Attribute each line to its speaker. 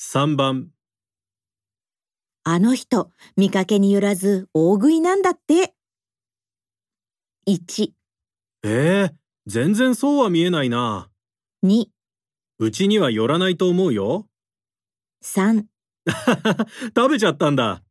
Speaker 1: 3番
Speaker 2: あの人、見かけによらず大食いなんだって。1、
Speaker 1: えー、全然そうは見えないな
Speaker 2: 2、
Speaker 1: うちには寄らないと思うよ
Speaker 2: 3
Speaker 1: 食べちゃったんだ